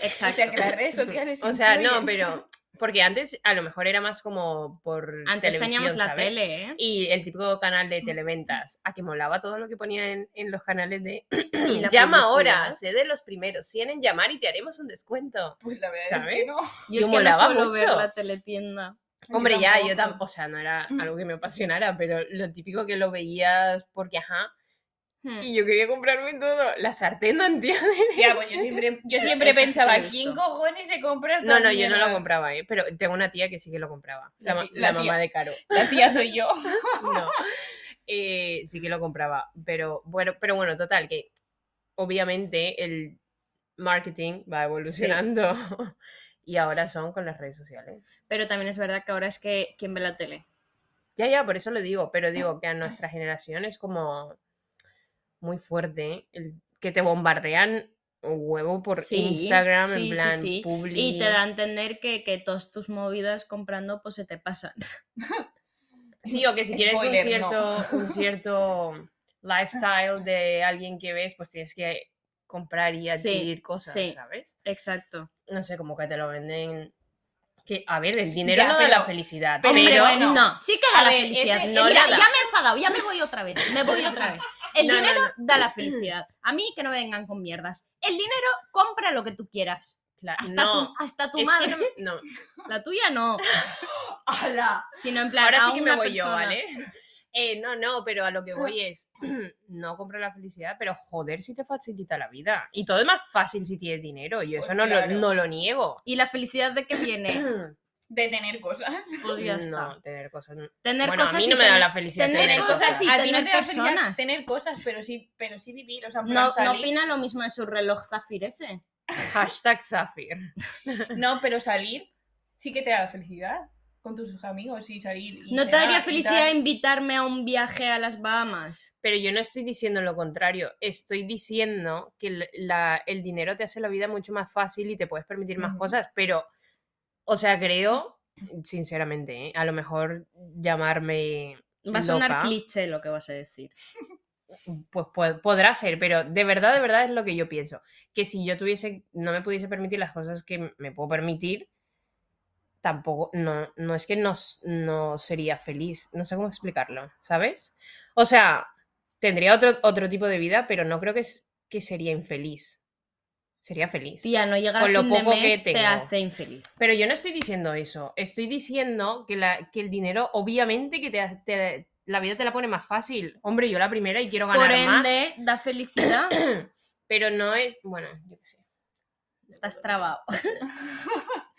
Exacto. O sea, que las redes sociales. o sea, no, influyen. pero... Porque antes a lo mejor era más como por Antes televisión, teníamos la ¿sabes? tele, ¿eh? y el típico canal de televentas, a que molaba todo lo que ponían en, en los canales de Y la llama ahora, publicidad. sé de los primeros, 100 en llamar y te haremos un descuento. Pues la verdad es ¿Sabes? que no. Yo, Yo es que molaba no suelo ver mucho. la teletienda. Hombre, ya, yo tampoco. tampoco, o sea, no era Mm. algo que me apasionara, pero lo típico que lo veías porque, ajá, Hmm. y yo quería comprarme todo, la sartén de antiadherente. Ya, pues yo siempre, yo Sí, siempre eso sí pensaba, lo he ¿quién visto. cojones se compra No, estas no, yo no mierdas?". lo compraba, ¿eh? pero tengo una tía que sí que lo compraba, La la, ma- ti- la la mamá tía. de Caro. La tía soy yo. No. Eh, sí que lo compraba. Pero bueno, pero bueno, total, que obviamente el marketing va evolucionando. Y ahora son con las redes sociales. Pero también es verdad que ahora es que quien ve la tele. Ya, ya, por eso lo digo. Pero digo que a nuestra generación es como muy fuerte el que te bombardean un huevo por Sí, Instagram sí, sí, en plan sí. publi. Y te da a entender que, que todas tus movidas comprando pues se te pasan. Sí, o que si quieres un Spoiler, no. cierto, un cierto lifestyle de alguien que ves, pues tienes que comprar y Sí, adquirir cosas, sí. ¿sabes? Exacto. No sé, como que te lo venden. Que, a ver, el dinero Ya, no da la pero- felicidad, pero, Hombre, pero bueno. no, sí que da A la ver, felicidad. ese- No, ese- Mira, nada. ya me he enfadado, ya me voy otra vez. Me voy otra vez. El No, no, dinero da la felicidad. A mí que no me vengan con mierdas. El dinero compra lo que tú quieras. cla- Hasta no. tu, hasta tu es madre. que no- no, La tuya no. ¡Hala! Sino en plan. ahora a sí que me una voy yo, persona. Ah. ¿vale? Eh, no, no, pero a lo que voy es, no compro la felicidad, pero joder si te facilita la vida. Y todo es más fácil si tienes dinero, yo Pues eso no, claro. lo, no lo niego. ¿Y la felicidad de qué viene? De tener cosas. Pues ya está. No, tener cosas Tener bueno, cosas a mí y no me da tener- la felicidad tener cosas y A ti tener no te da felicidad personas. Tener cosas, pero sí, pero sí vivir. O sea, en plan No, no salir- opina lo mismo de su reloj zafir ese. Hashtag Zafir. No, pero salir sí que te da felicidad con tus amigos y salir. y ¿No te cenar daría y felicidad tal. invitarme a un viaje a las Bahamas? Pero yo no estoy diciendo lo contrario. Estoy diciendo que el- la- el dinero te hace la vida mucho más fácil y te puedes permitir más Ujú. cosas. Pero, o sea, creo, sinceramente, ¿eh? a lo mejor llamarme, Va a sonar Loca. cliché lo que vas a decir. pues po- podrá ser, pero de verdad, de verdad es lo que yo pienso. Que si yo tuviese, no me pudiese permitir las cosas que m- me puedo permitir, tampoco, no, no es que no, s- no sería feliz. No sé cómo explicarlo, ¿sabes? O sea, tendría otro, otro tipo de vida, pero no creo que, es- que sería infeliz. Sería feliz. Tía, no llegar Con a lo fin de poco que mes te tengo. hace infeliz. Pero yo no estoy diciendo eso. Estoy diciendo que, la, que el dinero, obviamente, que te, ha- te- la vida te la pone más fácil. Hombre, yo la primera y quiero ganar Por más. ende, da felicidad. Pero no es. Bueno, yo qué sé. Te has trabado.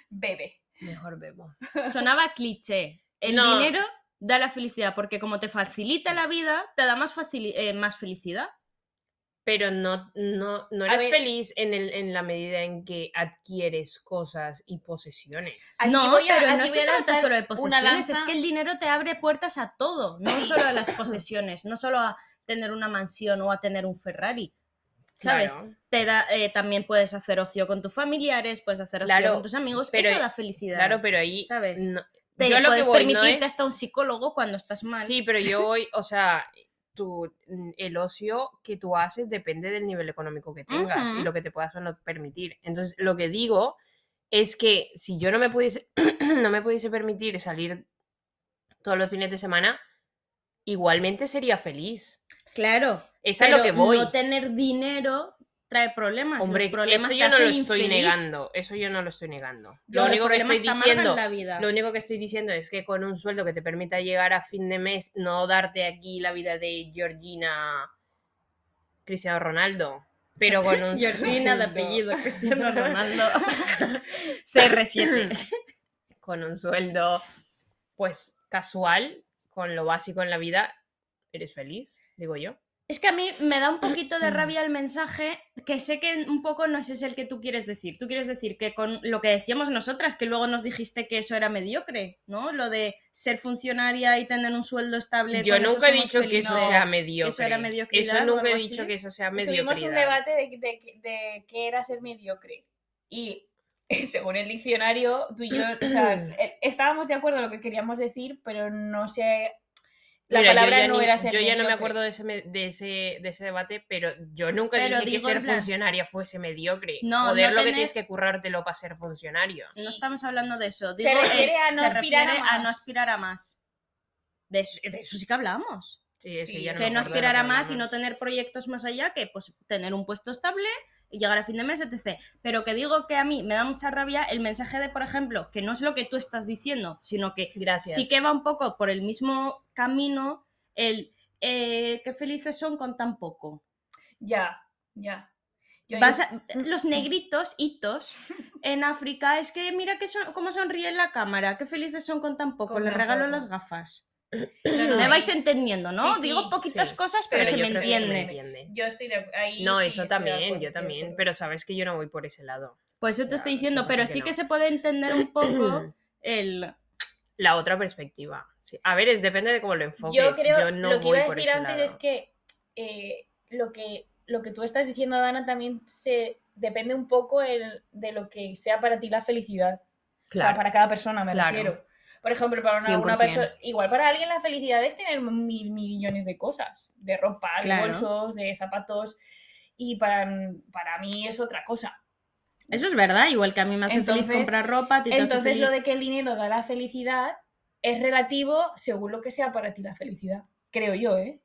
Bebe. Mejor bebo. Sonaba cliché. El No. dinero da la felicidad porque como te facilita la vida, te da más, facili- eh, más felicidad. pero no, no, no eres ver. feliz en, el, en la medida en que adquieres cosas y posesiones. Aquí no, voy a- pero aquí no voy se a trata lanzar solo de una posesiones, es lanza- que el dinero te abre puertas a todo, no solo a las posesiones, no solo a tener una mansión o a tener un Ferrari. ¿Sabes? Claro, Te da, eh, también puedes hacer ocio con tus familiares, puedes hacer ocio Claro, con tus amigos, pero- eso da felicidad. claro, pero ahí... ¿Sabes? no- te yo lo que puedes voy no permitirte es- hasta un psicólogo cuando estás mal. Sí, pero yo voy, o sea, tu, mm, el ocio que tú haces depende del nivel económico que tengas Ujú. y lo que te puedas o no permitir. Entonces, lo que digo es que si yo no me pudiese, no me pudiese permitir salir todos los fines de semana, igualmente sería feliz. claro. Es a Pero lo que voy. no tener dinero trae problemas. y Hombre, Ah, los problemas eso te yo no lo hacen estoy infeliz. negando. Eso yo no lo estoy negando. Lo Los único que problemas estoy te amargan diciendo la vida. Lo único que estoy diciendo es que con un sueldo que te permita llegar a fin de mes, no darte aquí la vida de Georgina Cristiano Ronaldo, pero con un Georgina de sueldo- apellido, Cristiano Ronaldo. CR7. con un sueldo pues casual, con lo básico en la vida, eres feliz, digo yo. Es que a mí me da un poquito de rabia el mensaje que sé que un poco no ese es el que tú quieres decir. Tú quieres decir que con lo que decíamos nosotras, que luego nos dijiste que eso era mediocre, ¿no? Lo de ser funcionaria y tener un sueldo estable. Yo con eso nunca he somos dicho que eso felices. sea mediocre. era mediocridad Eso o nunca he algo dicho así? que eso sea mediocridad. Tuvimos un debate de, de, de qué era ser mediocre. Y según el diccionario, tú y yo o sea, eh, estábamos de acuerdo en lo que queríamos decir, pero no sé. La Mira, yo palabra ya no ni- era ser Yo ya no me mediocre. acuerdo de ese, me- de ese, de ese debate, pero yo nunca Pero dije que digo, ser en plan- funcionaria fuese mediocre. No, Joder, no lo que tener- tienes que currártelo para ser funcionario. Sí. No estamos hablando de eso. Digo, refiere eh, a no se aspirar a refiere a no más. aspirar a más. De eso, de eso sí que hablamos. Sí, es que Sí. ya no me que no acuerdo de lo aspirar a que más y no hablamos. tener proyectos más allá que pues tener un puesto estable y llegar a fin de mes, etc. Pero que digo que a mí me da mucha rabia el mensaje de, por ejemplo, que no es lo que tú estás diciendo, sino que Gracias. sí que va un poco por el mismo camino el eh, qué felices son con tan poco. Ya, ya. Yo- Vas a- los negritos, hitos, en África es que mira que son, cómo sonríe en la cámara, qué felices son con tan poco, Con les tan regalo poco. las gafas. no, no, Me ahí- vais entendiendo, ¿no? Sí, sí, digo poquitas sí, cosas, pero, pero se yo me creo que se me entiende. entiende. Yo estoy de acu- ahí No, sí eso estoy de también, acuerdo, yo estoy de también. acuerdo. Pero sabes que yo no voy por ese lado. Pues eso Ya, te estoy sí, diciendo, pasa pero que sí no. que se puede entender un poco el... La otra perspectiva. sí. A ver, es depende de cómo lo enfoques. Yo creo no lo que voy iba a por decir ese antes lado. es que, eh, lo que lo que tú estás diciendo, Dana, también se depende un poco el- de lo que sea para ti la felicidad. O sea, Claro. para cada persona me Claro. refiero. Por ejemplo, para una, persona, 100%. igual para alguien la felicidad es tener mil millones de cosas, de ropa, de Claro. bolsos, de zapatos, y para, para mí es otra cosa. Eso es verdad, igual que a mí me hace Entonces- feliz comprar ropa, a ti te hace Entonces, lo de feliz- que el dinero da la felicidad es relativo según lo que sea para ti la felicidad. Creo yo, ¿eh?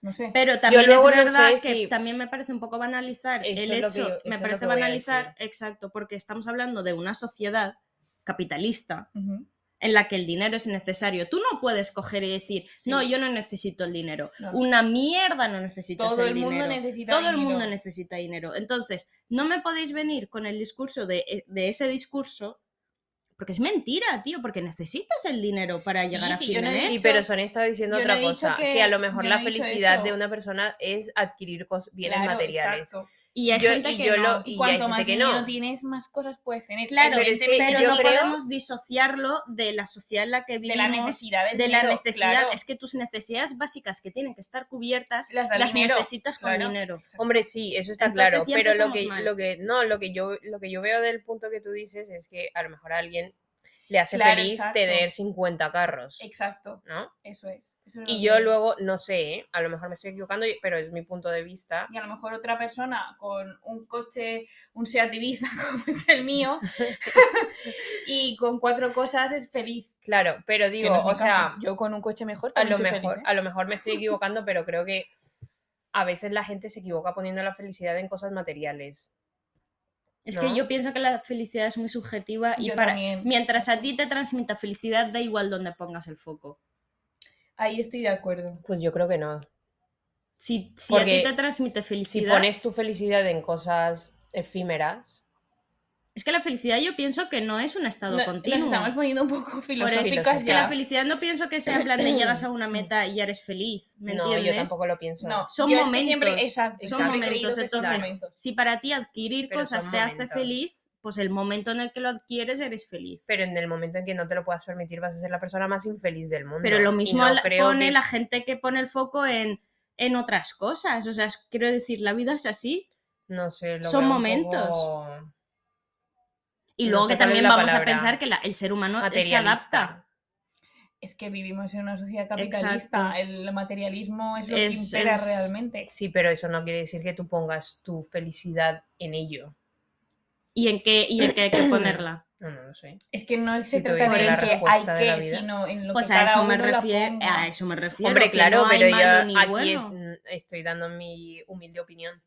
No sé. Pero también luego es no verdad sé que si- también me parece un poco banalizar Eso el es lo que hecho, yo- eso me es lo parece que voy a banalizar, exacto, porque estamos hablando de una sociedad capitalista Ujú. en la que el dinero es necesario. Tú no puedes coger y decir, Sí. no, yo no necesito el dinero. No. Una mierda no necesitas Todo el, el mundo dinero. necesita Todo el dinero. mundo necesita dinero. Entonces, no me podéis venir con el discurso de, eh, de ese discurso, porque es mentira, tío, porque necesitas el dinero para Sí, llegar a sí, fin yo de no he mes. Sí, dicho- pero Sonia estaba diciendo yo no otra he dicho cosa, que, que- a lo mejor yo la no he dicho felicidad eso. de una persona es adquirir cos- bienes Claro, materiales. exacto. Y hay yo- gente y que yo no. lo- y hay Y cuanto gente más que dinero no. tienes, más cosas puedes tener. Claro, pero es que Evidentemente, Pero yo no creo- podemos disociarlo de la sociedad en la que de la vivimos. necesidad del De la dinero, necesidad, claro. es que tus necesidades básicas que tienen que estar cubiertas Las da las dinero, necesitas con claro. dinero. Hombre, sí, eso está Entonces claro, ya pero lo empezamos que, mal. lo que no, lo que yo lo que yo veo del punto que tú dices es que a lo mejor a alguien le hace Claro, feliz exacto. tener 50 carros, Exacto, ¿no? eso es. eso es lo Y que yo digo. luego no sé, ¿eh? a lo mejor me estoy equivocando, y- pero es mi punto de vista. Y a lo mejor otra persona con un coche, un Seat Ibiza como es el mío, y con cuatro cosas es feliz. Claro, pero Que digo, no es mi o sea, caso. yo con un coche mejor a también lo soy feliz, mejor, ¿eh? a lo mejor me estoy equivocando, pero creo que a veces la gente se equivoca poniendo la felicidad en cosas materiales. Es ¿no? que yo pienso que la felicidad es muy subjetiva y Yo para también. mientras a ti te transmita felicidad da igual donde pongas el foco. Ahí estoy de acuerdo. Pues yo creo que no. Si, si a Porque ti te transmite Si felicidad, pones tu felicidad en cosas efímeras, Es que la felicidad yo pienso que no es un estado No, continuo. Nos estamos poniendo un poco Por eso filosóficas filosóficas es que la ya. felicidad no pienso que sea en plan de llegas a una meta y ya eres feliz, ¿me no, entiendes? yo tampoco lo pienso. No, Son yo es momentos, que siempre- exacto, son siempre he creído momentos. que son Entonces, momentos. si para ti adquirir Pero cosas son te hace momentos. feliz, pues el momento en el que lo adquieres eres feliz. Pero en el momento en que no te lo puedas permitir, vas a ser la persona más infeliz del mundo. Pero lo Y mismo no la- creo pone que- la gente que pone el foco en, en otras cosas. O sea, es- quiero decir, la vida es así. No sé, lo son veo un momentos. poco Y No luego sé que cuál es también la vamos a palabra. pensar que la- el ser humano eh, se materialista. adapta. Es que vivimos en una sociedad capitalista. El materialismo es lo que Es- impera es- realmente. Sí, pero eso no quiere decir que tú pongas tu felicidad en ello. ¿Y en qué, y en qué hay que ponerla? No, no lo sé. Es que no se Si trata tuviese de la que hay respuesta de la que, vida. sino en lo Pues que a cada eso, me uno la refiero, ponga. a eso me refiero. Hombre, que claro, no hay pero yo malo ni aquí bueno. es- mm, estoy dando mi humilde opinión.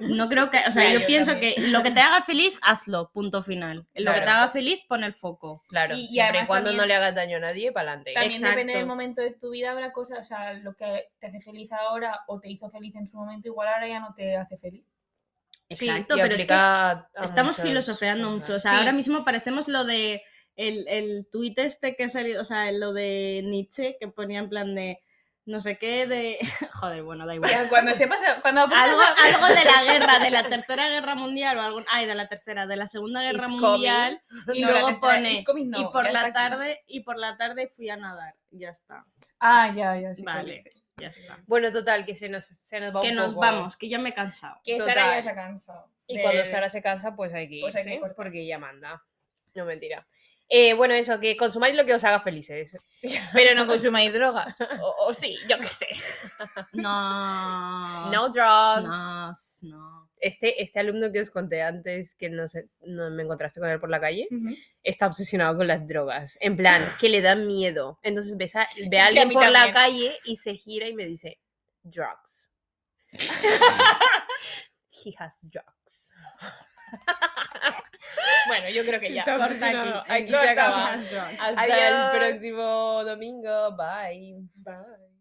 No creo que, o sea, Ya, yo, yo pienso también. que lo que te haga feliz, hazlo, punto final. Lo que te Claro. haga feliz, pon el foco. Claro, Y- y siempre y además cuando no también- le hagas daño a nadie, para adelante. También depende del Exacto. momento de tu vida, habrá cosas, o sea, lo que te hace feliz ahora o te hizo feliz en su momento, igual ahora ya no te hace feliz. Exacto, pero es que Ah, estamos filosofeando mucho. O sea, Sí. ahora mismo parecemos lo de el, el tuit este que ha salido, o sea, lo de Nietzsche que ponía en plan de no sé qué, de. Joder, bueno, da igual. Ya, cuando sepas, cuando aprendas Algo, a- algo de la guerra, de la tercera guerra mundial o algún. Ay, de la tercera, de la segunda guerra It's coming. mundial. Y No, la luego tercera, pone. it's coming, no, y por ya está la aquí. tarde, y por la tarde fui a nadar. Ya está. Ah, ya, ya, sí. Vale. que- Ya está. Bueno, total, que se nos, se nos va Que un nos poco. vamos, que ya me he cansado. Que Total. Sara ya se ha cansado. Y del- cuando Sara se cansa, pues hay que irse, Pues hay que cortar. porque ella manda. No, mentira. Eh, bueno, eso, que consumáis lo que os haga felices. Pero no consumáis drogas. O, o sí, yo qué sé. No. No drugs. No, no. Este, este alumno que os conté antes, que no, sé- no me encontraste con él por la calle, está obsesionado con las drogas. En plan, que le da miedo. Entonces ves a- ve a Es que a alguien mí por la también. calle y se gira y me dice, drugs. He has drugs. bueno, yo creo que ya. Está Corta obsesionado. aquí. Aquí se Corta acaba. las drugs. Hasta el Adiós. próximo domingo. Bye. Bye.